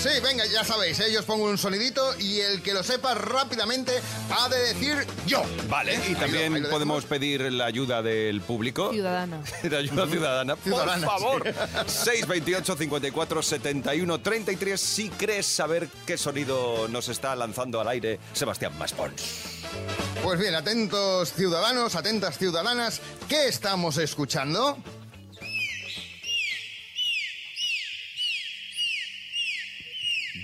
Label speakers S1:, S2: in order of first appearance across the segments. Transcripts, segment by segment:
S1: Sí, venga, ya sabéis, ¿eh? yo os pongo un sonidito y el que lo sepa rápidamente ha de decir yo.
S2: Vale,
S1: ¿Eh?
S2: y también
S1: Ahí lo- ahí lo
S2: podemos
S1: dejo.
S2: pedir la ayuda del público.
S3: Ciudadana.
S2: De ayuda ciudadana.
S1: Ciudadana,
S2: Por favor. 628 54 71 33 si crees saber qué sonido nos está lanzando al aire Sebastián Maspons.
S1: Pues bien, atentos ciudadanos, atentas ciudadanas, ¿qué estamos escuchando?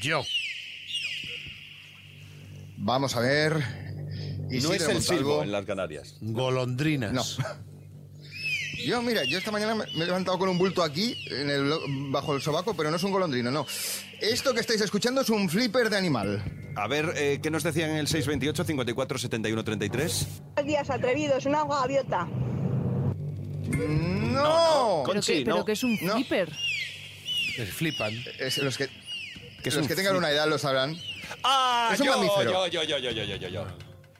S4: Yo.
S1: Vamos a ver.
S2: no
S1: Isidro
S2: es el
S1: Montalvo.
S2: silbo en las Canarias.
S4: Golondrinas.
S1: No. Yo, mira, yo esta mañana me me he levantado con un bulto aquí, en el- bajo el sobaco, pero no es un golondrino, no. Esto que estáis escuchando es un flipper de animal.
S2: A ver, eh, ¿qué nos decían en el 628 54 71 33?
S5: Buenos días, atrevidos, una gaviota.
S1: ¡No!
S3: Pero,
S2: Conchi,
S3: que, pero
S2: no.
S3: que es un
S1: No.
S3: flipper.
S4: Les flipan.
S1: Es- los que,
S2: Que es
S1: los
S2: un
S1: que tengan
S2: flip-
S1: una edad lo sabrán.
S2: ¡Ah!
S1: Es un
S2: yo,
S1: mamífero.
S2: yo, yo, yo, yo, yo, yo, yo, yo.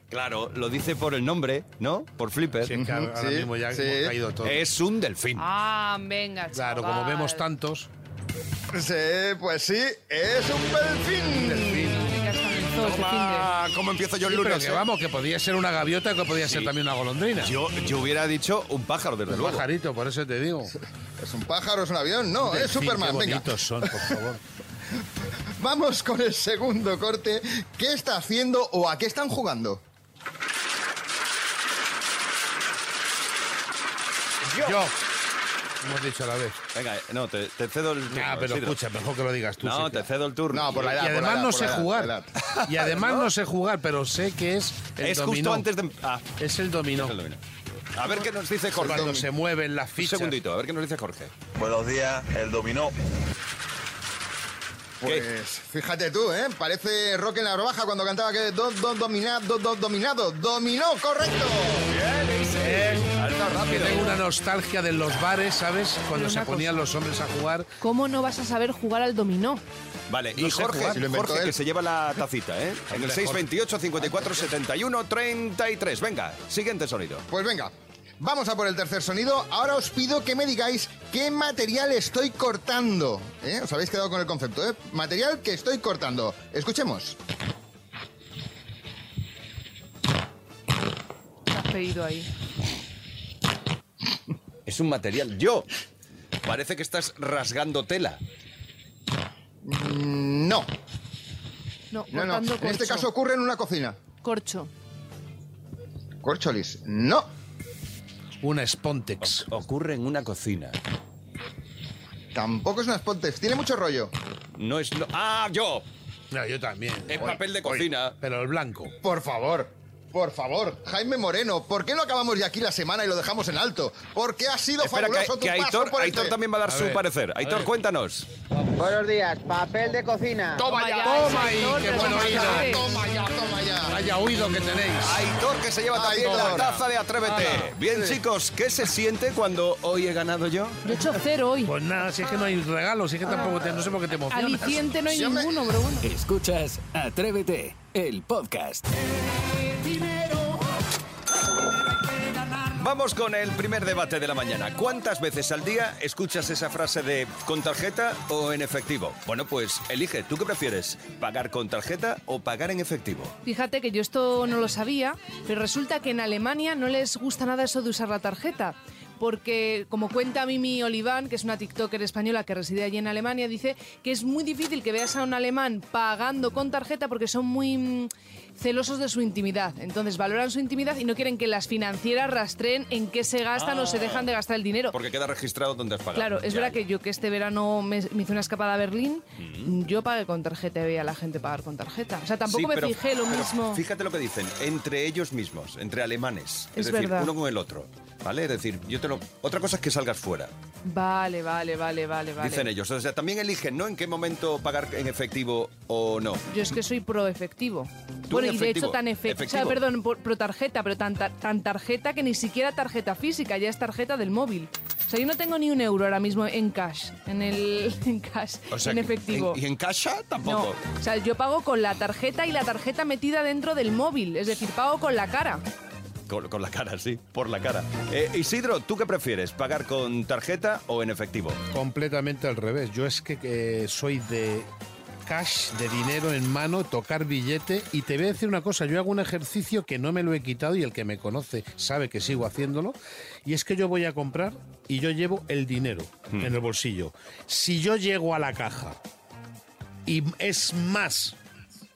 S2: Claro, lo dice por el nombre, ¿no? Por Flipper.
S4: Sí, que ahora
S1: sí,
S4: mismo ya
S1: sí.
S4: hemos caído todos.
S2: Es un delfín.
S3: Ah, venga,
S4: claro, como
S3: chaval.
S4: vemos tantos.
S1: Sí, pues sí, es un delfín.
S3: Venga, hasta el zoo, ese finde.
S2: Ah, ¿Cómo empiezo yo el
S4: Este Sí, pero
S2: lunes?
S4: que
S2: eh?
S4: vamos, que podía ser una gaviota, que podía ser también una golondrina.
S2: Yo, yo hubiera dicho un pájaro, desde
S4: Un
S2: luego.
S4: pajarito, por eso te digo.
S1: ¿Es un pájaro, es un avión? No, es
S4: Delfín,
S1: Superman.
S4: Qué
S1: Venga,
S4: bonitos son, por favor.
S1: vamos con el segundo corte. ¿Qué está haciendo o a qué están jugando?
S4: Yo. Hemos dicho a la vez.
S2: Venga, eh, no, te, te cedo el turno.
S4: Ah, pero
S2: Isidro.
S4: escucha, mejor que lo digas tú.
S2: No,
S4: sí,
S2: te
S4: claro.
S2: cedo el turno.
S1: No, por la
S4: Y
S1: edad. por la
S4: además
S1: edad,
S4: no
S1: por la
S4: sé
S1: edad, por la
S4: jugar.
S1: edad.
S4: Y además no sé jugar, pero sé que es el
S2: Es
S4: dominó.
S2: justo antes de. Ah,
S4: Es el dominó.
S2: es el dominó. A ver qué nos dice Jorge.
S4: Cuando se mueven las
S2: Un
S4: fichas.
S2: segundito, a ver qué nos dice Jorge.
S6: Buenos días, el dominó.
S1: Pues fíjate tú, ¿eh? Parece Rock en la rebaja cuando cantaba que dos dos dominado, dos dos dominado. Dominó, correcto.
S4: Eh,
S2: Alta
S4: Que
S2: rápido.
S4: tengo una nostalgia de los bares, ¿sabes? Cuando
S3: Pero
S4: se
S3: una
S4: ponían los hombres a jugar.
S3: ¿Cómo no vas a saber jugar al dominó?
S2: Vale,
S4: No
S2: y
S4: sé
S2: Jorge,
S4: jugar,
S1: si lo inventó
S2: Jorge
S1: él.
S2: que se lleva la tacita, ¿eh? En el
S4: Jorge.
S2: 628 54 71 33. Venga, siguiente sonido.
S1: Pues venga, vamos a por el tercer sonido. Ahora os pido que me digáis qué material estoy cortando. ¿eh? Os habéis quedado con el concepto, ¿eh? Material que estoy cortando. Escuchemos.
S3: ¿Qué has pedido ahí?
S2: Es un material. Yo. Parece que estás rasgando tela.
S1: No,
S3: No,
S1: no, no.
S3: cortando
S1: En este
S3: corcho.
S1: caso ocurre en una cocina.
S3: Corcho.
S1: Corcholis, no.
S4: Una Spontex.
S2: Ocurre en una cocina.
S1: Tampoco es unas pontes. Tiene mucho rollo.
S2: No es. lo- ¡Ah, yo!
S4: No, yo también.
S2: Es
S4: Oye,
S2: papel de
S4: oye,
S2: cocina.
S4: Pero el blanco.
S1: Por favor, por favor, Jaime Moreno, ¿por qué no acabamos ya aquí la semana y lo dejamos en alto? Porque ha sido
S2: Espera, que,
S1: fabuloso tu
S2: que
S1: paso
S2: Aitor,
S1: por el
S2: Aitor
S1: tren.
S2: también va a dar
S4: A
S2: su
S4: ver,
S2: parecer. Aitor,
S4: ver.
S2: cuéntanos.
S7: Buenos días, papel de cocina.
S4: ¡Toma ya!
S3: ya,
S4: ¡Toma ahí!
S3: Aitor,
S4: ¡Qué
S3: pero
S4: buen
S3: vamos a
S4: oído!
S3: ver.
S1: Toma ya, toma ya.
S4: ¡Vaya oído que tenéis!
S2: Aitor, que se lleva también la
S1: Aitor.
S2: taza de Atrévete.
S4: Ala.
S2: Bien, chicos, ¿qué se siente cuando hoy he ganado yo?
S3: Yo he hecho cero hoy.
S4: Pues nada, si es que no hay regalos, si es que tampoco te, no sé por qué te emocionas.
S3: Aliciente no hay
S1: Yo me-
S3: ninguno, pero bueno.
S8: Escuchas Atrévete, el podcast.
S2: Vamos con el primer debate de la mañana. ¿Cuántas veces al día escuchas esa frase de con tarjeta o en efectivo? Bueno, pues elige, ¿tú qué prefieres? ¿Pagar con tarjeta o pagar en efectivo?
S3: Fíjate que yo esto no lo sabía, pero resulta que en Alemania no les gusta nada eso de usar la tarjeta. Porque, como cuenta Mimi Oliván, que es una TikToker española que reside allí en Alemania, dice que es muy difícil que veas a un alemán pagando con tarjeta porque son muy mm, celosos de su intimidad. Entonces valoran su intimidad y no quieren que las financieras rastreen en qué se gastan o se dejan de gastar el dinero.
S2: Ah. Porque queda registrado donde has pagado.
S3: Claro, es
S2: Ya.
S3: verdad que yo que este verano me, me hice una escapada a Berlín, yo pagué con tarjeta y veía a la gente pagar con tarjeta. O sea, tampoco
S2: Mm. Sí,
S3: me
S2: pero-
S3: fijé lo
S2: pero
S3: mismo.
S2: Fíjate lo que dicen, entre ellos mismos, entre alemanes. Es,
S3: Es
S2: decir,
S3: verdad.
S2: uno con el otro. ¿Vale? Es decir, yo te que no. Otra cosa es que salgas fuera,
S3: Vale, vale, vale, vale, vale.
S2: dicen ellos. O sea, también eligen, ¿no? En qué momento pagar en efectivo o no.
S3: Yo es que soy pro efectivo.
S2: Tú
S3: Bueno, y de
S2: efectivo,
S3: hecho tan efe- O sea,
S2: efectivo.
S3: perdón, por- pro tarjeta, pero tan, tar- tan tarjeta que ni siquiera tarjeta física, ya es tarjeta del móvil. O sea, yo no tengo ni un euro ahora mismo en cash, en el en cash,
S2: O sea,
S3: en
S2: que-
S3: efectivo.
S2: ¿Y en casa? Tampoco.
S3: No, o sea, yo pago con la tarjeta y la tarjeta metida dentro del móvil, es decir, pago con la cara.
S2: Con, con la cara, sí, por la cara. Eh, Isidro, ¿tú qué prefieres? ¿Pagar con tarjeta o en efectivo?
S4: Completamente al revés. Yo es que eh, soy de cash, de dinero en mano, tocar billete. Y te voy a decir una cosa, yo hago un ejercicio que no me lo he quitado y el que me conoce sabe que sigo haciéndolo. Y es que yo voy a comprar y yo llevo el dinero en el bolsillo. Si yo llego a la caja y es más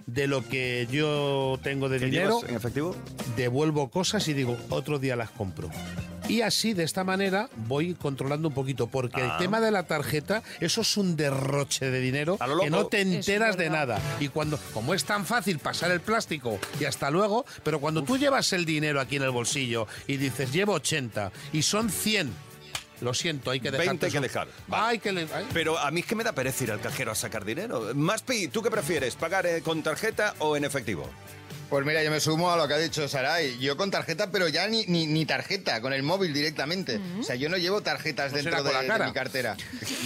S4: de lo que yo tengo de
S2: ¿Qué
S4: dinero,
S2: llevas eh. en efectivo?
S4: devuelvo cosas y digo, otro día las compro. Y así, de esta manera, voy controlando un poquito, porque
S2: Ah.
S4: el tema de la tarjeta, eso es un derroche de dinero
S2: A lo
S4: que no
S2: loco.
S4: te
S3: Eso es
S4: enteras de
S3: verdad.
S4: nada. Y cuando, como es tan fácil pasar el plástico y hasta luego, pero cuando tú llevas el dinero aquí en el bolsillo y dices, llevo 80 y son 100, lo siento, hay que dejar.
S2: 20 hay que
S4: eso.
S2: dejar, vale.
S4: Hay que le- ay.
S2: Pero a mí es que me da pereza ir al cajero a sacar dinero. Maspi, ¿tú qué prefieres? ¿Pagar eh, con tarjeta o en efectivo?
S1: Pues mira, yo me sumo a lo que ha dicho Saray. Yo con tarjeta, pero ya ni, ni, ni tarjeta, con el móvil directamente. O sea, yo no llevo tarjetas
S4: Pues
S1: dentro
S4: era con
S1: de,
S4: la
S1: de
S4: cara.
S1: mi cartera.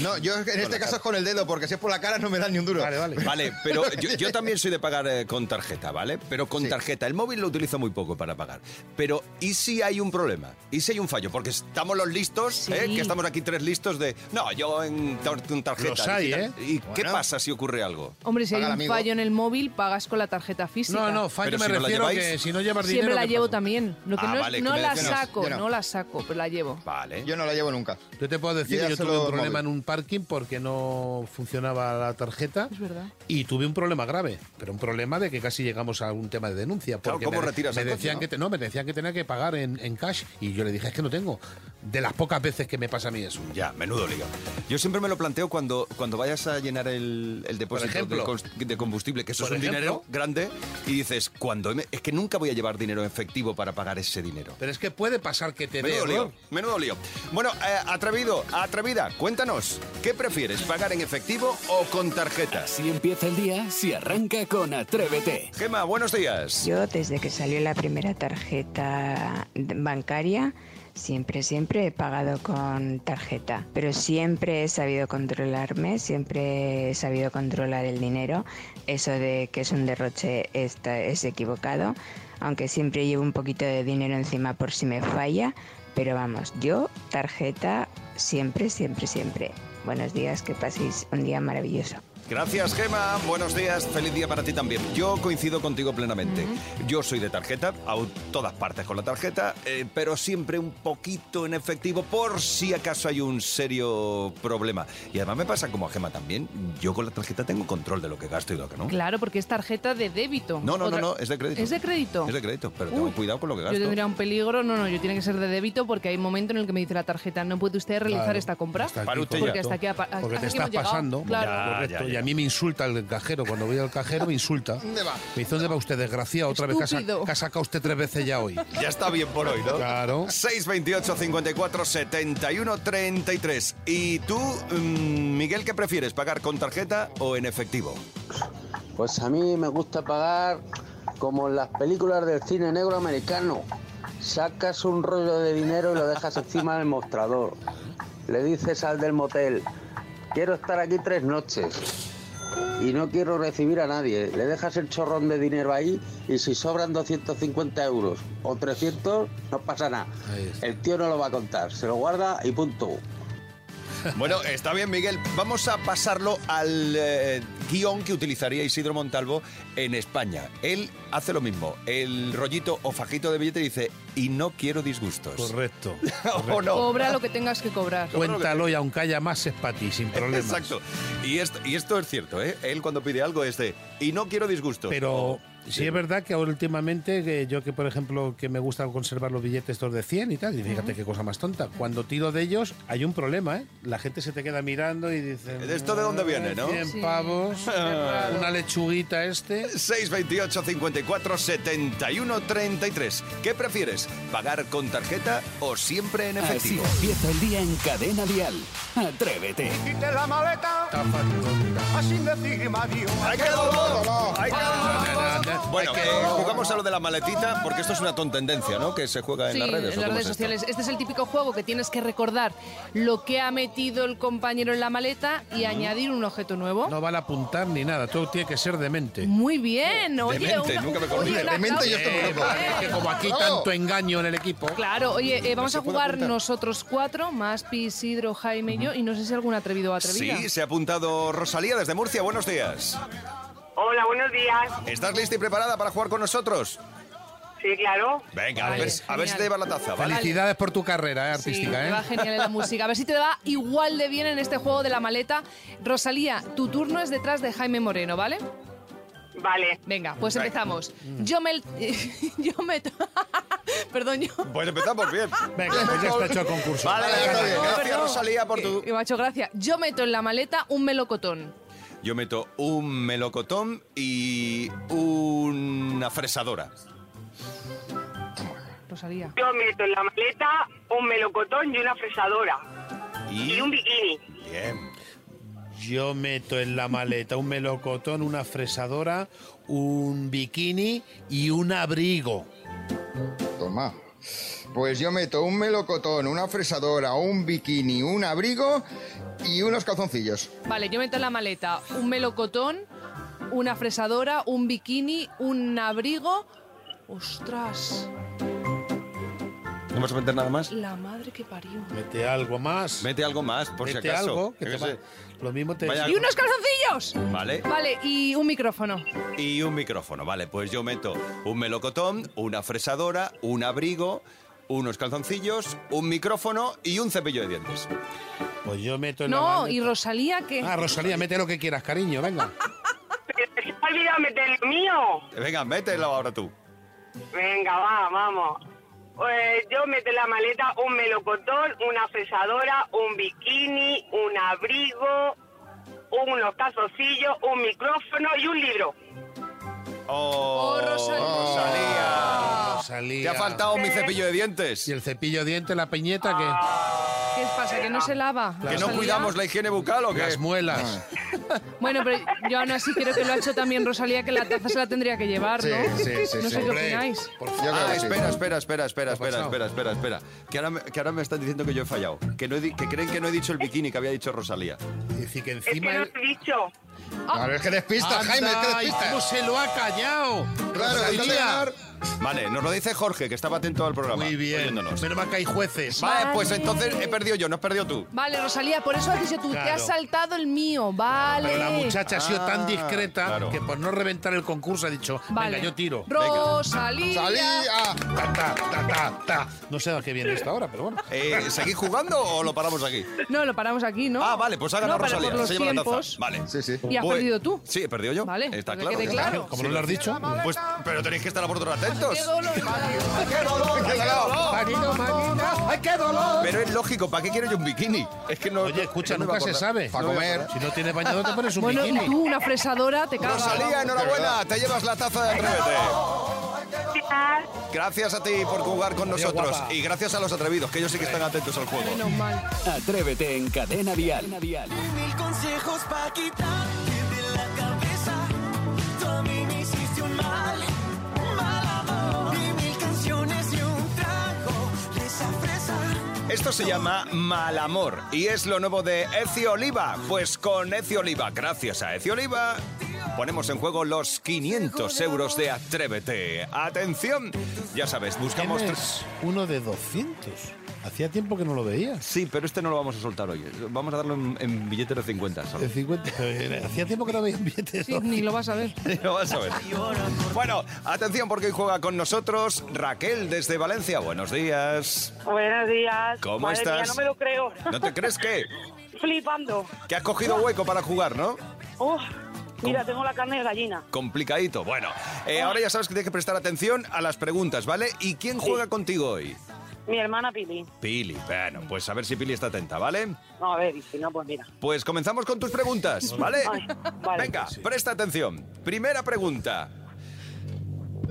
S1: No, yo en este caso es con el dedo, porque si es por la cara no me dan ni un duro.
S4: Vale, vale.
S2: Vale, pero yo, yo también soy de pagar eh, con tarjeta, ¿vale? Pero con
S1: Sí.
S2: tarjeta. El móvil lo utilizo muy poco para pagar. Pero ¿y si hay un problema? ¿Y si hay un fallo? Porque estamos los listos,
S3: Sí.
S2: ¿eh? que estamos aquí tres listos de... No, yo en tar- en tarjeta.
S4: Los hay,
S2: digital".
S4: ¿eh?
S2: ¿Y qué
S1: Bueno.
S2: pasa si ocurre algo?
S3: Hombre, si
S1: Paga
S3: hay
S1: el
S3: un
S1: amigo.
S3: fallo en el móvil, pagas con la tarjeta física.
S4: No, no,
S2: Pero
S4: fallo me
S2: si no la
S4: refiero
S2: lleváis-
S4: que si no llevas dinero.
S3: Siempre la
S4: ¿qué
S3: llevo
S4: pasa?
S3: también. Lo que
S2: Ah,
S3: no, es-
S2: vale,
S3: no
S2: que me
S3: la
S2: decías,
S3: saco,
S1: yo no.
S3: no. la saco, pero la llevo.
S2: Vale.
S1: Yo no la llevo nunca.
S4: Yo te puedo decir,
S1: Yo ya
S4: yo
S1: se
S4: tuve
S1: lo
S4: un problema
S1: móvil.
S4: en un parking porque no funcionaba la tarjeta.
S3: Es verdad.
S4: Y tuve un problema grave, pero un problema de que casi llegamos a un tema de denuncia.
S2: Claro,
S4: Porque
S2: ¿cómo
S4: me,
S2: retiras
S4: me
S2: el coche,
S4: decían
S2: no?
S4: que te- no, me decían que tenía que pagar en, en cash y yo le dije, es que no tengo. De las pocas veces que me pasa a mí eso.
S2: Ya, menudo lío. Yo siempre me lo planteo cuando, cuando vayas a llenar el, el depósito de
S4: ejemplo.
S2: cons- de, combustible, que eso es
S4: Por
S2: un dinero
S4: ejemplo.
S2: grande, y dices, cuando me- es que nunca voy a llevar dinero en efectivo para pagar ese dinero.
S4: Pero es que puede pasar que te dé
S2: Menudo lío,
S4: error.
S2: menudo lío. Bueno, eh, atrevido, atrevida, cuéntanos, ¿qué prefieres, pagar en efectivo o con tarjetas?
S8: Si empieza el día, si arranca con Atrévete.
S2: Gema, buenos días.
S9: Yo desde que salió la primera tarjeta bancaria, siempre, siempre he pagado con tarjeta, pero siempre he sabido controlarme, siempre he sabido controlar el dinero. Eso de que es un derroche está, es equivocado, aunque siempre llevo un poquito de dinero encima por si me falla, pero vamos, yo tarjeta siempre, siempre, siempre. Buenos días, que paséis un día maravilloso.
S2: Gracias, Gema. Buenos días. Feliz día para ti también. Yo coincido contigo plenamente. Yo soy de tarjeta, a todas partes con la tarjeta, eh, pero siempre un poquito en efectivo por si acaso hay un serio problema. Y además me pasa como a Gema también. Yo con la tarjeta tengo control de lo que gasto y lo que no.
S3: Claro, porque es tarjeta de débito.
S2: No, no,
S3: Otra-
S2: no, no, es de crédito.
S3: ¿Es de crédito?
S2: Es de crédito, pero tengo
S3: Uy,
S2: cuidado con lo que gasto.
S3: Yo tendría un peligro, no, no, yo tiene que ser de débito porque hay un momento en el que me dice la tarjeta, no puede usted realizar
S4: Claro.
S3: esta compra.
S4: Hasta aquí,
S2: Para usted
S4: correcto.
S3: Porque hasta aquí ha pa- hasta
S4: Porque te
S3: aquí
S4: estás
S3: hemos llegado.
S4: pasando.
S3: Claro. Ya,
S4: correcto.
S2: ya, ya.
S4: Y a mí me insulta el cajero. Cuando voy al cajero me insulta.
S1: ¿Dónde va?
S4: Me dice, ¿dónde va usted, desgraciado? Otra vez que ha sa-
S3: Estúpido.
S4: que ha sacado usted tres veces ya hoy.
S2: Ya está bien por hoy, ¿no?
S4: Claro.
S2: 628 54 71 33. ¿Y tú, mm, Miguel, qué prefieres? ¿Pagar con tarjeta o en efectivo?
S10: Pues a mí me gusta pagar como en las películas del cine negro americano. Sacas un rollo de dinero y lo dejas encima del mostrador. Le dices al del motel, quiero estar aquí tres noches y no quiero recibir a nadie. Le dejas el chorrón de dinero ahí y si sobran 250 euros o 300, no pasa nada.
S4: Ahí está.
S10: El tío no lo va a contar, se lo guarda y punto.
S2: Bueno, está bien, Miguel. Vamos a pasarlo al eh, guión que utilizaría Isidro Montalvo en España. Él hace lo mismo. El rollito o fajito de billete dice, y no quiero disgustos.
S4: Correcto.
S2: ¿O no?
S3: Cobra lo que tengas que cobrar.
S4: Cuéntalo y aunque haya más es para ti, sin problema.
S2: Exacto. Y esto, y esto es cierto, ¿eh? Él cuando pide algo es de, y no quiero disgustos.
S4: Pero
S2: O-
S4: sí es verdad que ahora últimamente, que yo que por ejemplo, que me gusta conservar los billetes estos de 100 y tal, y fíjate qué cosa más tonta. Cuando tiro de ellos hay un problema, ¿eh? La gente se te queda mirando y dice...
S2: ¿De esto de dónde viene, no?
S4: 100
S3: Sí.
S4: pavos. huevos, una lechuguita este.
S2: 628 54 71 33. ¿Qué prefieres? ¿Pagar con tarjeta o siempre
S8: Ah,
S2: en efectivo?
S8: Así empieza el día en Cadena Dial. Atrévete.
S11: Quité la maleta, así decirme adiós.
S2: ¡Ay, qué dolor! ¡Ay, qué dolor! Bueno, eh, jugamos a lo de la maletita porque esto es una tontendencia, ¿no? Que se juega en
S3: Sí,
S2: las redes. ¿o
S3: en las
S2: cómo
S3: redes
S2: es esto?
S3: sociales. Este es el típico juego que tienes que recordar lo que ha metido el compañero en la maleta y añadir un objeto nuevo.
S4: No vale apuntar ni nada, todo tiene que ser de mente.
S3: Muy bien, oye,
S4: Demente,
S3: una-
S4: nunca me acordé.
S3: oye, una
S4: Demente
S3: aplauso.
S4: yo estoy muy loco. Es que como aquí
S3: Bravo.
S4: tanto engaño en el equipo.
S3: Claro, oye, eh, vamos
S4: se
S3: a
S4: puede
S3: jugar
S4: apuntar.
S3: nosotros cuatro, más Pi, Isidro, Jaime y yo, y no sé si algún atrevido o atrevida.
S2: Sí, se ha apuntado Rosalía desde Murcia. Buenos días.
S12: Hola, buenos días.
S2: ¿Estás lista y preparada para jugar con nosotros?
S12: Sí, claro.
S2: Venga, a ver, a ver si
S3: genial.
S2: te lleva la taza, ¿vale?
S4: Felicidades por tu carrera eh,
S3: Sí,
S4: artística,
S3: te
S4: ¿eh?
S3: va genial en la música. A ver si te va igual de bien en este juego de la maleta. Rosalía, tu turno es detrás de Jaime Moreno, ¿vale?
S12: Vale.
S3: Venga, pues
S2: Venga.
S3: empezamos.
S4: Mm.
S3: Yo me... Yo me... Perdón, yo...
S2: Pues empezamos bien.
S4: Venga, pues ya está hecho el concurso.
S2: Vale, ya está bien.
S3: No,
S2: Gracias,
S3: perdón.
S2: Rosalía, por tu...
S3: Que me ha hecho gracia. Yo meto en la maleta un melocotón.
S2: Yo meto un melocotón y una fresadora.
S3: Rosalía.
S12: Yo meto en la maleta un melocotón y una fresadora.
S2: Y,
S12: un bikini.
S2: Bien.
S4: Yo meto en la maleta un melocotón, una fresadora, un bikini y un abrigo.
S1: Toma. Pues yo meto un melocotón, una fresadora, un bikini, un abrigo y unos calzoncillos.
S3: Vale, yo meto en la maleta un melocotón, una fresadora, un bikini, un abrigo. Ostras,
S2: ¿No vas a meter nada más?
S3: la madre que parió.
S4: Mete algo más.
S2: Mete algo más, por si
S4: mete
S2: acaso.
S4: algo. que
S2: Yo
S4: te
S2: qué sé.
S4: va- Lo mismo te.
S2: Vaya-
S3: ¡Y unos calzoncillos!
S2: Vale.
S3: Vale, y un micrófono.
S2: Y un micrófono, vale. Pues yo meto un melocotón, una fresadora, un abrigo, unos calzoncillos, un micrófono y un cepillo de dientes.
S4: Pues yo meto en la
S3: No,
S4: maleta.
S3: y Rosalía, ¿qué?
S4: Ah, Rosalía, mete lo que quieras, cariño, venga.
S12: Pero se me ha olvidado meter lo mío.
S2: Venga, mételo ahora tú.
S12: Venga, va, vamos. Pues yo meto en la maleta un melocotón, una fresadora, un bikini, un abrigo, unos calzoncillos, un micrófono y un libro.
S2: ¡Oh,
S3: Rosalía!
S4: Rosalía.
S2: Te ha faltado Ah, mi cepillo de dientes.
S4: Oh. Y el cepillo de dientes, la peñeta, que
S3: ¿Qué pasa? ¿Que no se lava?
S2: ¿Que no
S3: Rosalía?
S2: cuidamos la higiene bucal o qué?
S4: las muelas.
S2: Ah.
S3: Bueno, pero yo aún así creo que lo ha hecho también Rosalía, que la taza se la tendría que llevar, ¿no? No sé qué
S4: hombre.
S3: opináis.
S4: Por
S1: Yo creo
S2: Ah,
S1: que sí.
S2: espera, espera, espera, espera,
S4: ¿Qué ha
S2: espera,
S4: pasado?
S2: espera, espera, espera. Que ahora, me, que ahora me están diciendo que yo he fallado. Que, no he di- que creen que no he dicho el bikini que había dicho Rosalía.
S4: Es decir, que
S12: Es que
S4: encima.
S12: no
S4: él-
S12: os he dicho.
S1: Claro, es que despista,
S4: Anda,
S1: Jaime, es que
S4: ¿y
S1: despista.
S4: ¿Cómo se lo ha callado?
S1: Claro,
S4: Rosalía.
S1: déjate ganar.
S2: Vale, nos lo dice Jorge, que estaba atento al programa.
S4: Muy bien.
S2: oyéndonos.
S4: Menos mal que hay jueces.
S2: Vale, pues entonces he perdido yo, no has perdido tú.
S3: Vale, Rosalía, por eso has dicho tú, te
S4: Claro.
S3: has saltado el mío, vale.
S4: Pero la muchacha ha sido tan discreta
S2: Ah, claro.
S4: que por no reventar el concurso ha dicho,
S3: Vale.
S4: venga, yo tiro.
S3: Rosalía.
S1: Salía.
S4: Ta, ta, ta, ta, ta. No sé a qué viene esta hora, pero bueno.
S2: Eh, ¿Seguís jugando o lo paramos aquí?
S3: No, lo paramos aquí, ¿no?
S2: Ah, vale, pues ha
S3: no,
S2: ganado
S3: para
S2: Rosalía.
S3: Por los
S2: se lleva
S3: tiempos.
S2: la taza. Vale.
S1: Sí, sí.
S3: Y has
S2: Pues-
S3: perdido tú.
S2: Sí, he perdido yo.
S3: Vale,
S2: Está
S3: pues que
S2: claro.
S3: quede claro.
S4: Como no lo has dicho.
S2: Pues, pero tenéis que estar a vosotros atentos.
S1: ¡Qué dolor!
S4: Paquito, Paquito. ¡Ay, qué dolor!
S2: Pero es lógico, ¿para qué quiero yo un bikini? Es que no.
S4: Oye, escucha,
S2: no me
S4: nunca
S2: va a
S4: se
S2: acordar.
S4: sabe.
S1: Pa' comer.
S4: Si no tienes bañador, te pones un
S3: Bueno, y
S4: bikini.
S3: tú, una fresadora, te cagas.
S2: Rosalía, enhorabuena, te llevas la taza de Atrévete.
S12: Gracias.
S2: Gracias a ti por jugar con nosotros
S4: guapa.
S2: y gracias a los atrevidos, que ellos sí que están atentos al juego.
S3: Menos mal.
S8: Atrévete en Cadena Dial.
S13: Mil consejos para quitarte de la cabeza. Tú a mí me hiciste un mal, mal amor. Y mil canciones y un trago de esa fresa.
S2: Esto se llama Malamor y es lo nuevo de Ezio Oliva. Pues con Ezio Oliva, gracias a Ezio Oliva, ponemos en juego los 500 euros de Atrévete. Atención, ya sabes, buscamos tres.
S4: Tienes uno de 200. Hacía tiempo que no lo veías.
S2: Sí, pero este no lo vamos a soltar hoy. Vamos a darlo en, en billetes de 50 solo.
S4: De 50. Hacía tiempo que no veía un billete de
S3: Sí, ni
S4: 200.
S3: lo vas a ver.
S2: Lo vas a ver. Bueno, atención porque hoy juega con nosotros Raquel desde Valencia. Buenos días.
S5: Buenos días.
S2: ¿Cómo
S5: Madre mía,
S2: estás?
S5: no me lo creo.
S2: ¿No te crees que?
S5: Flipando.
S2: Que has cogido hueco para jugar, ¿no?
S5: Uf, mira, tengo la carne de gallina.
S2: Complicadito. Bueno, eh, ahora ya sabes que tienes que prestar atención a las preguntas, ¿vale? ¿Y quién juega contigo hoy?
S5: Mi hermana Pili.
S2: Pili, bueno, pues a ver si Pili está atenta, ¿vale?
S5: No, a ver, y si no, pues mira.
S2: Pues comenzamos con tus preguntas, ¿vale?
S5: Ay, vale.
S2: Venga, presta atención. Primera pregunta.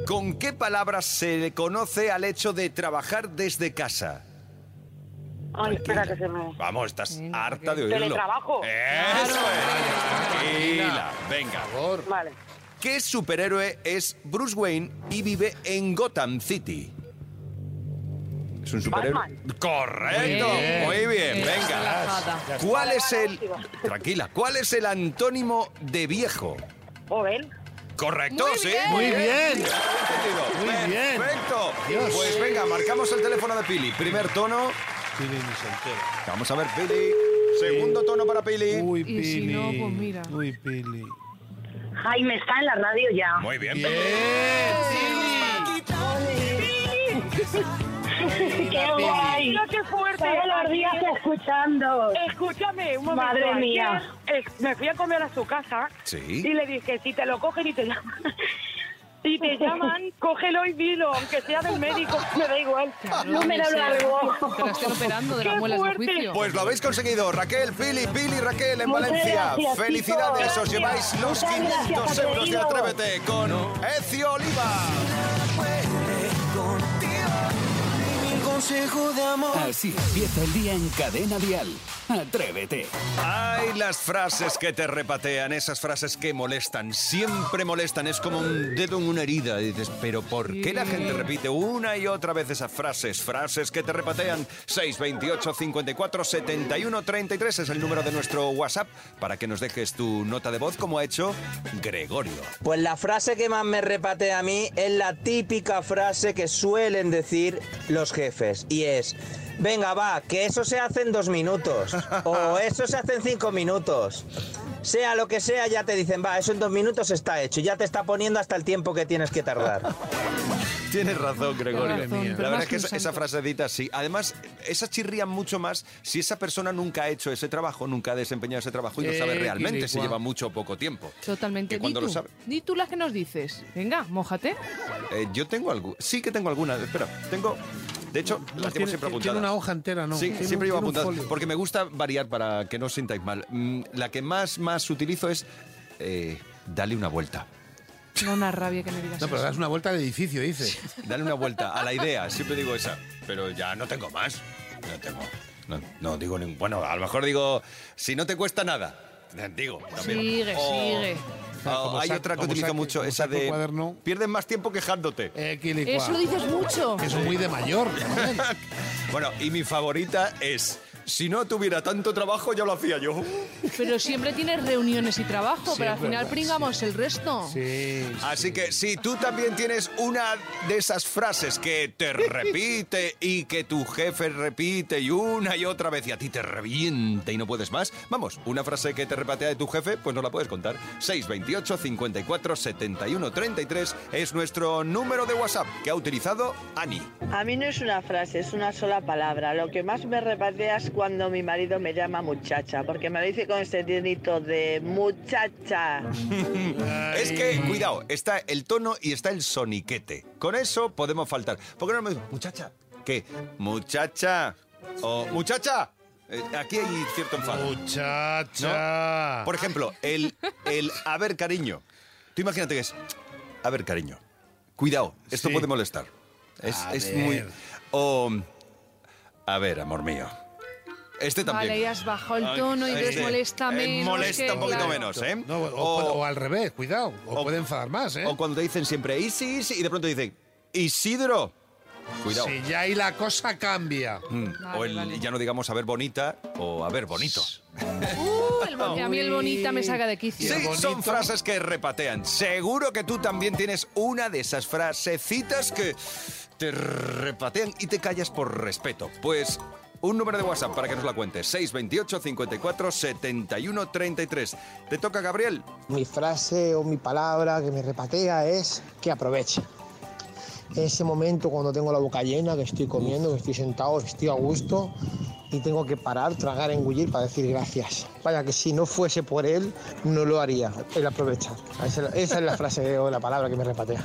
S2: ¿Con qué palabras se le conoce al hecho de trabajar desde casa?
S5: Ay, espera que se me...
S2: Vamos, estás harta de oírlo.
S5: Teletrabajo.
S2: Eso es. Tranquila. Venga.
S5: Vale.
S2: ¿Qué superhéroe es Bruce Wayne y vive en Gotham City? Es un superhéroe.
S5: Batman.
S2: Correcto.
S5: Bien.
S2: Muy bien,
S5: Bien, relajada.
S2: venga.
S5: Ya está.
S2: ¿Cuál
S5: Vale,
S2: es
S5: vale,
S2: el
S5: última.
S2: Tranquila, ¿cuál es el antónimo de viejo?
S5: Joven.
S2: Correcto,
S5: Muy
S2: sí.
S5: bien. Muy bien.
S2: Muy bien. Perfecto.
S4: Dios.
S2: Pues venga, marcamos el teléfono de Pili. Primer tono.
S4: Pili ni se entera.
S2: Vamos a ver, Pili. Segundo tono para Pili.
S4: Uy,
S3: Y si no, pues mira.
S4: Uy, Pili.
S14: Jaime está en la radio ya.
S2: Muy bien,
S4: Bien.
S14: ¡Qué guay!
S5: Mira qué fuerte.
S14: Todos los días escuchando.
S5: Escúchame, un momento.
S14: Madre
S5: Ayer,
S14: mía.
S5: eh, me fui a comer a su casa
S2: Sí.
S5: y le dije, si te lo cogen y te llaman, si te llaman, cógelo y dilo, aunque sea del médico, me da igual.
S14: Número
S5: Sí.
S14: largo.
S3: Te la están operando de
S5: ¡Qué
S3: las muelas del
S5: fuerte!
S3: juicio.
S2: Pues lo habéis consegudo, Raquel, Pili, Pili, Raquel en
S14: Muchas
S2: Valencia.
S14: gracias,
S2: Felicidades,
S14: chicos.
S2: os lleváis
S14: Muchas
S2: los
S14: gracias,
S2: 500 euros de
S14: Caterino.
S2: Atrévete con Ezio Oliva.
S13: Mi consejo de amor.
S8: Así empieza el día en Cadena Dial. Atrévete.
S2: Ay, las frases que te repatean, esas frases que molestan, siempre molestan, es como un dedo en una herida. Y dices, pero ¿por qué la gente repite una y otra vez esas frases? Frases que te repatean. 628 54 71 33 es el número de nuestro WhatsApp para que nos dejes tu nota de voz como ha hecho Gregorio.
S7: Pues la frase que más me repatea a mí es la típica frase que suelen decir los jefes y es, venga va, que eso se hace en dos minutos o eso se hace en cinco minutos. Sea lo que sea, ya te dicen, va, eso en dos minutos está hecho, ya te está poniendo hasta el tiempo que tienes que tardar.
S2: Tienes razón, Gregorio.
S4: Tienes razón, pero
S2: la verdad
S4: más
S2: es que
S4: que un
S2: esa, esa
S4: santo.
S2: frasecita sí. Además, esas chirrían mucho más si esa persona nunca ha hecho ese trabajo, nunca ha desempeñado ese trabajo y no
S4: Eh,
S2: sabe realmente si
S4: quirigua.
S2: lleva mucho o poco tiempo.
S3: Totalmente.
S2: Que cuando
S3: Di
S2: lo
S3: tú,
S2: sabe-
S3: di tú las que nos dices. Venga, mójate.
S2: Eh, yo tengo algo, sí que tengo alguna. Espera, tengo. De hecho, las llevo
S4: tiene-
S2: siempre
S4: tiene
S2: apuntadas.
S4: una hoja entera, ¿no?
S2: Sí,
S4: Tiene un-
S2: siempre llevo
S4: tiene un
S2: apuntadas.
S4: folio.
S2: Porque me gusta variar para que no os sintáis mal. Mm, La que más, más utilizo es. eh, dale una vuelta.
S3: No una rabia que me digas
S4: No, pero
S3: eso.
S4: das una vuelta al edificio, dices.
S2: Dale una vuelta a la idea, siempre digo esa. Pero ya no tengo más. No tengo. No, no digo ningún. Bueno, a lo mejor digo, si no te cuesta nada. eh, Digo, también.
S3: Sigue,
S2: O-
S3: sigue.
S4: sea,
S2: o
S4: como
S2: hay
S4: saque-
S2: otra que
S4: como
S2: utilizo
S4: saque-
S2: mucho,
S4: como
S2: esa
S4: saque un
S2: de.
S4: cuaderno.
S2: Pierdes más tiempo quejándote.
S4: Eh, quilicua.
S3: Eso dices mucho.
S4: Que es muy de mayor. también.
S2: Bueno, y mi favorita es. Si no tuviera tanto trabajo, ya lo hacía yo.
S3: Pero siempre tienes reuniones y trabajo,
S4: Sí,
S3: pero al
S4: es
S3: final
S4: verdad,
S3: pringamos el resto.
S4: Sí.
S2: Así que si tú también tienes una de esas frases que te repite y que tu jefe repite y una y otra vez y a ti te revienta y no puedes más, vamos, una frase que te repatea de tu jefe, pues no la puedes contar. 628 54 71 33 es nuestro número de WhatsApp que ha utilizado Ani.
S15: A mí no es una frase, es una sola palabra. Lo que más me repatea es cuando mi marido me llama muchacha, porque me lo dice con ese tonito de muchacha.
S2: Es que, cuidado, está el tono y está el soniquete. Con eso podemos faltar. ¿Por qué no me dices, muchacha? ¿Qué? ¿Muchacha? ¿O muchacha? Eh, aquí hay cierto enfado.
S4: Muchacha.
S2: Por ejemplo, el, el a ver, cariño. Tú imagínate que es a ver, cariño. Cuidado, esto
S4: Sí.
S2: puede molestar. Es,
S4: A
S2: es
S4: ver.
S2: muy. O a ver, amor mío. Este también.
S3: Vale, ya has bajado el
S2: Ay,
S3: tono y entonces
S2: este,
S3: molesta
S2: eh,
S3: menos.
S2: molesta
S3: que-
S2: un poquito
S3: claro.
S2: menos, ¿eh?
S4: No, o,
S2: O-
S4: o al revés, cuidado. O, puede enfadar más, ¿eh?
S2: O cuando te dicen siempre Isis y de pronto dicen Isidro. Cuidado.
S4: Si ya ahí la cosa cambia.
S2: Mm, o
S3: Vale,
S2: el,
S3: vale.
S2: ya no digamos a ver bonita o a ver bonito.
S3: Uh, el bon- a mí el bonita me saca de
S2: Sí,
S3: quicio.
S2: son frases que repatean. Seguro que tú también tienes una de esas frasecitas que te repatean y te callas por respeto. Pues un número de WhatsApp para que nos la cuentes. 628 54 71 33. ¿Te toca, Gabriel?
S16: Mi frase o mi palabra que me repatea es que aproveche. Ese momento cuando tengo la boca llena, que estoy comiendo, que estoy sentado, que estoy a gusto
S17: y tengo que parar, tragar, engullir para decir gracias. Vaya, que si no fuese por él, no lo haría, el aprovechar. Esa, esa es la frase o la palabra que me repatea.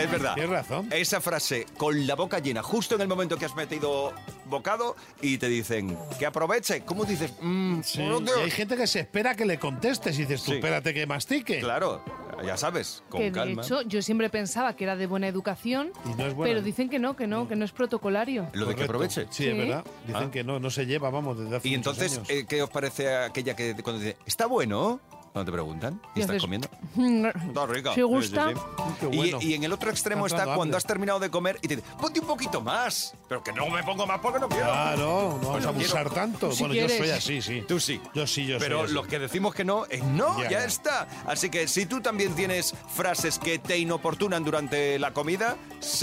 S2: Es verdad.
S18: Tienes razón.
S2: Esa frase, con la boca llena, justo en el momento que has metido bocado y te dicen, que aproveche. ¿Cómo dices? Mm,
S18: Sí,
S2: no
S18: y
S2: te-
S18: hay gente que se espera que le contestes y dices tú,
S2: Sí.
S18: espérate que mastique.
S2: Claro, ya sabes, con
S3: que
S2: calma.
S3: de hecho yo siempre pensaba que era de buena educación,
S18: Y no es buena.
S3: pero dicen que no, que no, que no es protocolario.
S2: Lo de que aproveche.
S18: Sí, es
S3: Sí.
S18: verdad. Dicen
S2: Ah.
S18: que no, no se lleva, vamos, desde hace
S2: Y
S18: muchos
S2: entonces,
S18: años.
S2: eh, ¿qué os parece aquella que cuando dice, está bueno? Cuando te preguntan,
S3: Y
S2: ¿y estás
S3: haces-
S2: comiendo? Está
S3: Está
S2: rica.
S3: Si gusta,
S2: Sí, sí, sí.
S18: Mm, Qué
S2: Y-
S18: bueno.
S2: Y, en el otro extremo
S18: Está
S2: está
S18: dando
S2: cuando
S18: hambre.
S2: has terminado de comer y te dice, ponte un poquito más. Pero que no me pongo más porque no quiero.
S18: Claro, no vamos
S2: Bueno,
S18: a abusar
S2: quiero-
S18: tanto.
S2: Si
S18: bueno, yo
S2: quieres.
S18: soy así, sí.
S2: Tú sí.
S18: Yo sí, yo
S2: Pero
S18: soy así.
S2: los que decimos que no, es no,
S18: Ya,
S2: ya,
S18: ya.
S2: está. Así que si tú también tienes frases que te inoportunan durante la comida,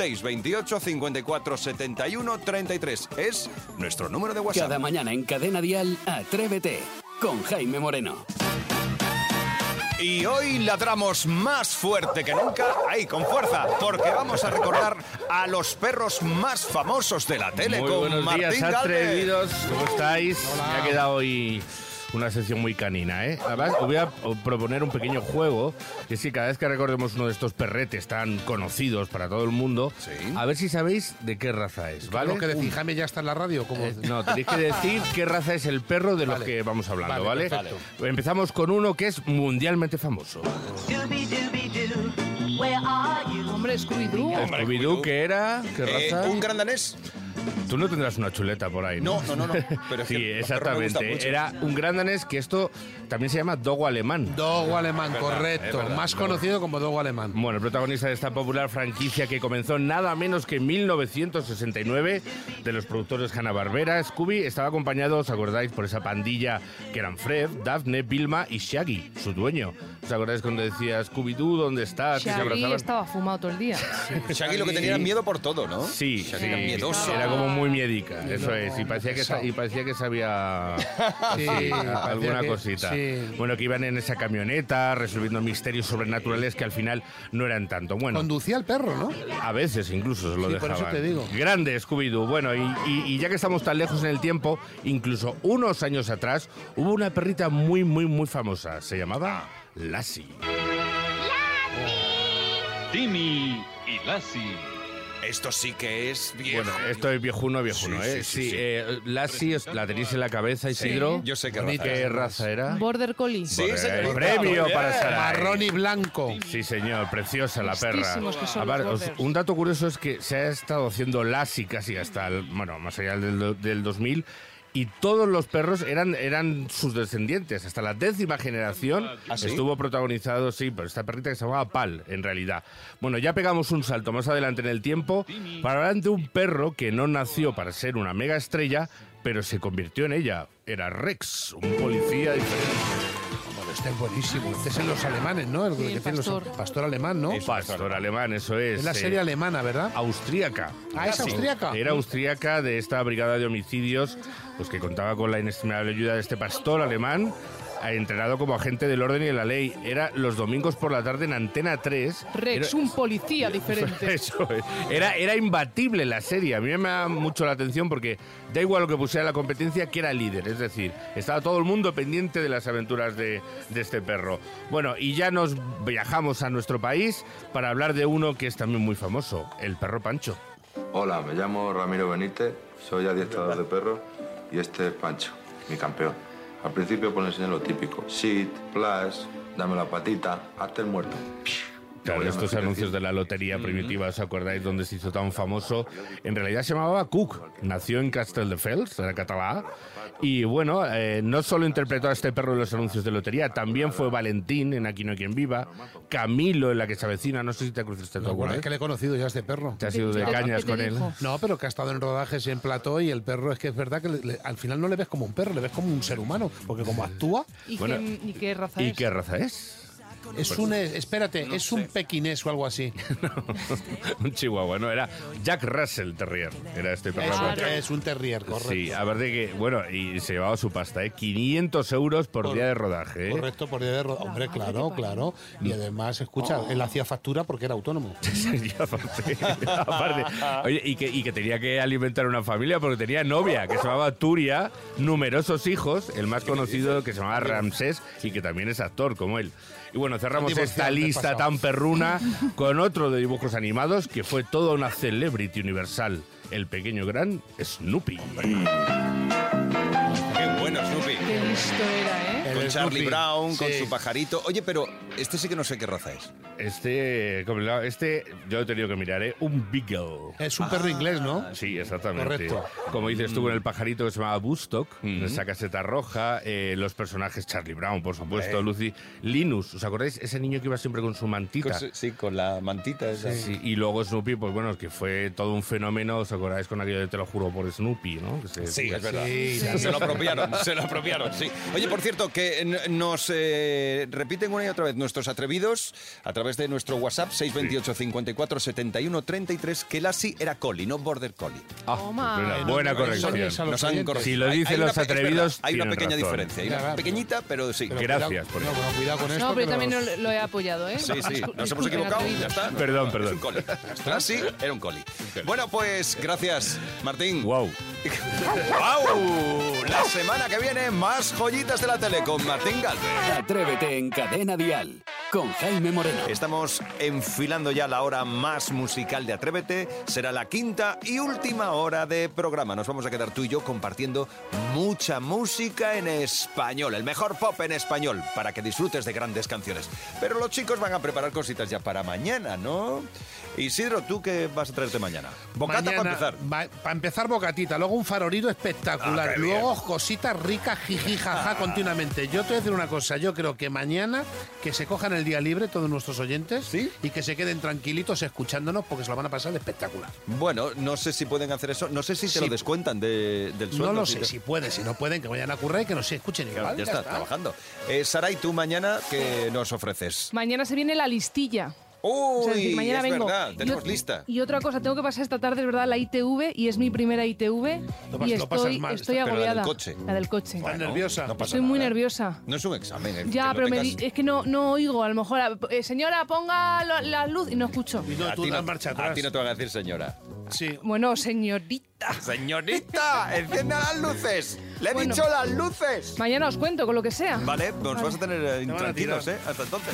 S2: 628 54 71 33 es nuestro número de WhatsApp.
S8: Cada mañana en Cadena Dial, Atrévete con Jaime Moreno.
S2: Y hoy ladramos más fuerte que nunca, ahí con fuerza, porque vamos a recordar a los perros más famosos de la tele
S4: Muy
S2: con
S4: buenos
S2: Martín
S4: días,
S2: Galvez.
S4: atrevidos. ¿Cómo estáis? Me ha quedado hoy una sesión muy canina, ¿eh? Además, os voy a proponer un pequeño juego, que es que cada vez que recordemos uno de estos perretes tan conocidos para todo el mundo, a ver si sabéis de qué raza es, ¿vale?
S18: Lo que decís, Jaime ya está en la radio. como
S4: Eh, no, tenéis que decir qué raza es el perro de los
S18: Vale.
S4: que vamos hablando,
S18: Vale,
S4: ¿vale? Empezamos con uno que es mundialmente famoso.
S3: Hombre, Scooby-Doo.
S4: Ah, Scooby-Doo, que era? ¿Qué
S2: Eh,
S4: raza?
S2: un gran danés.
S4: Tú no tendrás una chuleta por ahí, ¿no?
S2: No, no, no, no. Pero es que
S4: sí,
S2: los perros me gustan mucho.
S4: exactamente. Era un gran danés que esto también se llama dogo alemán.
S18: Dogo alemán, correcto. Más conocido como dogo alemán.
S4: Bueno, el protagonista de esta popular franquicia que comenzó nada menos que en 1969 de los productores Hanna-Barbera, Scooby estaba acompañado, ¿os acordáis?, por esa pandilla que eran Fred, Daphne, Vilma y Shaggy, su dueño. ¿Os acordáis cuando decía Scooby-Doo, ¿dónde estás? Que se
S3: Shaggy
S4: abrazaban.
S3: estaba fumado todo el día.
S2: Shaggy lo que tenía era
S4: Sí.
S2: miedo por todo, ¿no?
S4: Eh, Sí,
S2: Shaggy era
S4: sí,
S2: miedoso.
S4: Era como muy miedica, eso es. Y parecía que, sa-
S2: pesado.
S4: y parecía que sabía
S18: Sí,
S4: sí,
S18: parecía
S4: ah, alguna
S18: Ah, que-
S4: cosita.
S18: sí.
S4: Bueno, que iban en esa camioneta resolviendo misterios sobrenaturales que al final no eran tanto. Bueno,
S18: Conducía al perro, ¿no?
S4: a veces incluso se lo
S18: Sí, por
S4: dejaban.
S18: eso te digo.
S4: Grande Scooby-Doo. Bueno, y, y- y ya que estamos tan lejos en el tiempo, incluso unos años atrás hubo una perrita muy, muy, muy famosa. Se llamaba Lassie.
S2: Timmy y Lassie. Esto sí que es viejo.
S4: Bueno, esto es viejuno, viejuno,
S2: Sí, sí,
S4: ¿eh?
S2: sí,
S4: Sí,
S2: sí.
S4: eh, Lassie, os- la tenéis en la cabeza, Isidro.
S2: Yo sé qué
S4: Bonita.
S2: raza es.
S4: ¿Qué raza era.
S3: Border Collie.
S4: Sí, Border- señorita. el premio para Sarai.
S18: Marrón y blanco.
S4: Sí, señor, preciosa la perra.
S3: Listísimos que son los
S4: Aparte, os-
S3: borders.
S4: un dato curioso es que se ha estado haciendo Lassie casi hasta, el, bueno, más allá del, do- del 2000 y todos los perros eran, eran sus descendientes. Hasta la décima generación
S2: ¿Ah, sí?
S4: estuvo protagonizado, sí, por esta perrita que se llamaba Pal, en realidad. Bueno, ya pegamos un salto más adelante en el tiempo para hablar de un perro que no nació para ser una mega estrella, pero se convirtió en ella. Era Rex, un policía diferente.
S18: Bueno, este es buenísimo. Este es en los alemanes, ¿no? El,
S3: Sí, el
S18: que tienen los-
S3: pastor.
S18: pastor alemán, ¿no?
S4: Un pastor alemán, eso es.
S18: Es la serie
S4: eh,
S18: alemana, ¿verdad?
S4: austríaca.
S18: Ah, ¿es
S4: Sí.
S18: austríaca?
S4: Era austríaca de esta brigada de homicidios, pues que contaba con la inestimable ayuda de este pastor alemán, eh, entrenado como agente del orden y de la ley. Era los domingos por la tarde en Antena 3.
S3: Rex,
S4: Era-
S3: un policía diferente.
S4: Eso es. Era, era imbatible la serie. A mí me da mucho la atención porque da igual lo que pusiera la competencia, que era líder. Es decir, estaba todo el mundo pendiente de las aventuras de, de este perro. Bueno, y ya nos viajamos a nuestro país para hablar de uno que es también muy famoso, el perro Pancho.
S10: Hola, me llamo Ramiro Benítez, soy adiestrador de perros y este es Pancho, mi campeón. Al principio pones en lo típico, sit, plus, dame la patita, hazte el muerto.
S4: Claro,
S10: Luego ya me
S4: estos
S10: fui
S4: anuncios de la lotería primitiva, ¿os acordáis dónde se hizo tan famoso? En realidad se llamaba Cook, nació en Castelldefels, era catalá, y bueno, eh, no solo interpretó a este perro en los anuncios de lotería, también fue Valentín en Aquí no hay quien viva, Camilo en La que se avecina, no sé si te cruzaste tú
S18: Lo
S4: alguna
S18: bueno es
S4: vez.
S18: que le he conocido ya a este perro.
S4: Te has ido de ¿Qué- cañas qué te con él. dijo?
S18: No, pero que ha estado en rodajes y en plató y el perro es que es verdad que le- le- al final no le ves como un perro, le ves como un ser humano, porque como actúa...
S3: ¿Y, qué, ¿Y qué raza
S4: ¿Y
S3: es?
S4: qué raza es?
S19: Pues
S4: Es un. eh, Espérate, es un pequinés o algo así.
S19: un chihuahua, no, era Jack Russell Terrier, era este perro.
S4: Es, un, es un terrier, correcto.
S19: Sí, aparte que, bueno, y se llevaba su pasta, ¿eh? 500 euros por, día de rodaje, ¿eh?
S4: Correcto, por día de ro- Hombre, claro, claro. Y además, escucha, él hacía factura porque era autónomo.
S19: aparte, aparte. Oye, y que, y que tenía que alimentar una familia porque tenía novia que se llamaba Turia, numerosos hijos, el más conocido que se llamaba Ramsés y que también es actor como él. Y bueno, cerramos
S4: Divorciado,
S19: esta
S4: te
S19: lista
S4: pasaba.
S19: tan perruna con otro de dibujos animados que fue toda una celebrity universal, el pequeño gran Snoopy.
S2: ¿eh? Qué bueno, Snoopy.
S3: Qué listo era, ¿eh?
S2: Con
S19: El
S2: Charlie
S19: Snoopy.
S2: Brown, con
S19: Sí.
S2: su pajarito. Oye, pero este sí que no sé qué raza es.
S19: Este, como lo- este, yo he tenido que mirar, ¿eh? Un Beagle.
S4: Es un
S3: Ah.
S4: perro inglés, ¿no?
S19: Sí, exactamente.
S4: Correcto.
S19: Como dices tú, con el pajarito que se llamaba Bustock, esa caseta roja, eh, los personajes Charlie Brown, por supuesto,
S2: Eh.
S19: Lucy, Linus, ¿os acordáis? Ese niño que iba siempre con su mantita.
S2: Con su- sí, con la mantita esa.
S19: Sí, y luego Snoopy, pues bueno, que fue todo un fenómeno, ¿os acordáis con aquello de Te lo juro por Snoopy, no? Que se-
S2: Sí,
S19: que
S2: es verdad.
S19: Eh, pues sí, la-
S2: Se lo apropiaron, se lo apropiaron, sí. Oye, por cierto, que n- nos eh, repiten una y otra vez nuestros atrevidos a través de nuestro WhatsApp 628 54 71 33 que Lassie era Collie, no Border Collie.
S19: Ah,
S3: Toma.
S19: pues mira, buena corrección.
S2: Nos han corregido.
S19: Si lo
S2: Hay- hay
S19: dicen
S2: una
S19: los
S2: pe- es verdad,
S19: atrevidos,
S2: Hay una
S19: tienen
S2: pequeña
S19: razón.
S2: diferencia. Hay una pequeñita, pero sí.
S19: Gracias por eso.
S4: Cuidado con esto.
S3: No, pero
S4: que
S3: también
S4: nos-
S3: lo, lo he apoyado, ¿eh?
S2: Sí, sí,
S3: Discul-
S2: nos hemos
S3: disculpen,
S2: equivocado,
S3: atrevidos.
S2: ya está.
S19: Perdón,
S2: Es
S19: perdón.
S2: un coli. Lassie era un coli. Bueno, pues gracias, Martín.
S19: Wow.
S2: ¡Wow! La semana que viene, más joyitas de la tele con Martín Galvez.
S8: Atrévete en Cadena Dial con Jaime Moreno.
S2: Estamos enfilando ya la hora más musical de Atrévete. Será la quinta y última hora de programa. Nos vamos a quedar tú y yo compartiendo mucha música en español, el mejor pop en español, para que disfrutes de grandes canciones. Pero los chicos van a preparar cositas ya para mañana, ¿no? Isidro, ¿tú qué vas a traerte mañana? Bocata para empezar.
S4: Para empezar, bocatita, luego un farolito espectacular,
S2: Ah, qué Ah.
S4: luego cositas ricas, jiji, jaja, continuamente. Yo te voy a decir una cosa, yo creo que mañana que se cojan el día libre todos nuestros oyentes y que se queden tranquilitos escuchándonos porque se lo van a pasar espectacular.
S2: Bueno, no sé si pueden hacer eso. No sé si te
S4: Sí.
S2: lo descuentan de- del sueldo.
S4: no lo
S2: si
S4: sé,
S2: te-
S4: si pueden, si no pueden, que vayan a currar y que nos escuchen
S2: Claro,
S4: igual.
S2: ya, está, trabajando. Eh, Saray, tú mañana, ¿qué nos ofreces?
S3: Mañana se viene la listilla.
S2: Uy,
S3: O sea, es decir, mañana
S2: es
S3: vengo.
S2: verdad, tenemos
S3: Y ot-
S2: lista.
S3: Y otra cosa, tengo que pasar esta tarde, es verdad, la ITV y es mi primera ITV.
S2: Lo pas-
S3: y
S2: lo pasas
S3: estoy,
S2: mal,
S3: estoy
S2: pero la del
S3: agobiada.
S2: coche.
S3: La del coche.
S2: Bueno, no pasa
S3: Estoy muy
S2: nada.
S3: nerviosa.
S2: No es un examen. eh,
S3: Ya,
S2: que lo
S3: pero me
S2: tengas-
S3: di- es que no, no oigo. A lo mejor, a- eh, señora, ponga lo- la luz y no escucho.
S2: a ti no- A ti no te van a decir señora.
S4: Sí.
S3: Bueno, señorita.
S2: Señorita, encienda las luces. Le he
S3: Bueno.
S2: dicho las luces.
S3: Mañana os cuento con lo que sea.
S2: Vale, nos vas a tener eh, intranquilos, ¿eh? Hasta entonces.